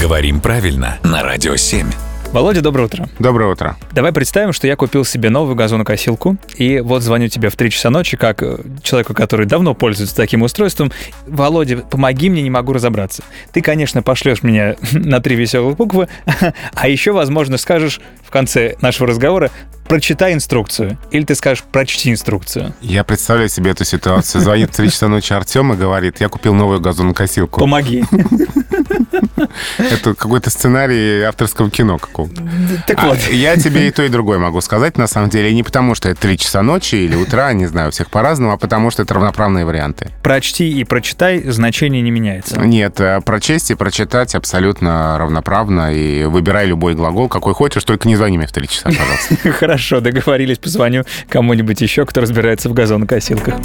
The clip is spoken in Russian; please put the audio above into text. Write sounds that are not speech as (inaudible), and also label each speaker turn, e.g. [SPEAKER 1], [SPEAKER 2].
[SPEAKER 1] Говорим правильно на Радио 7.
[SPEAKER 2] Володя, доброе утро.
[SPEAKER 3] Доброе утро.
[SPEAKER 2] Давай представим, что я купил себе новую газонокосилку, и вот звоню тебе в 3 часа ночи, как э, человеку, который давно пользуется таким устройством. Володя, помоги мне, не могу разобраться. Ты, конечно, пошлешь меня (laughs) на три веселых буквы, (laughs) а еще, возможно, скажешь в конце нашего разговора «прочитай инструкцию». Или ты скажешь «прочти инструкцию».
[SPEAKER 3] Я представляю себе эту ситуацию. Звонит в 3 часа ночи Артем и говорит, я купил новую газонокосилку.
[SPEAKER 2] Помоги.
[SPEAKER 3] Это какой-то сценарий авторского кино какого-то.
[SPEAKER 2] (laughs) Так
[SPEAKER 3] А,
[SPEAKER 2] вот.
[SPEAKER 3] Я тебе и то, и другое могу сказать, на самом деле. И не потому, что это 3 часа ночи или утра, не знаю, у всех по-разному, а потому, что это равноправные варианты.
[SPEAKER 2] Прочти и прочитай, значение не (laughs) меняется.
[SPEAKER 3] Нет, э, прочесть и прочитать абсолютно равноправно. И выбирай любой глагол, какой хочешь, только не звони мне в 3 часа, пожалуйста.
[SPEAKER 2] Хорошо, договорились, позвоню кому-нибудь еще, кто разбирается в газонокосилках.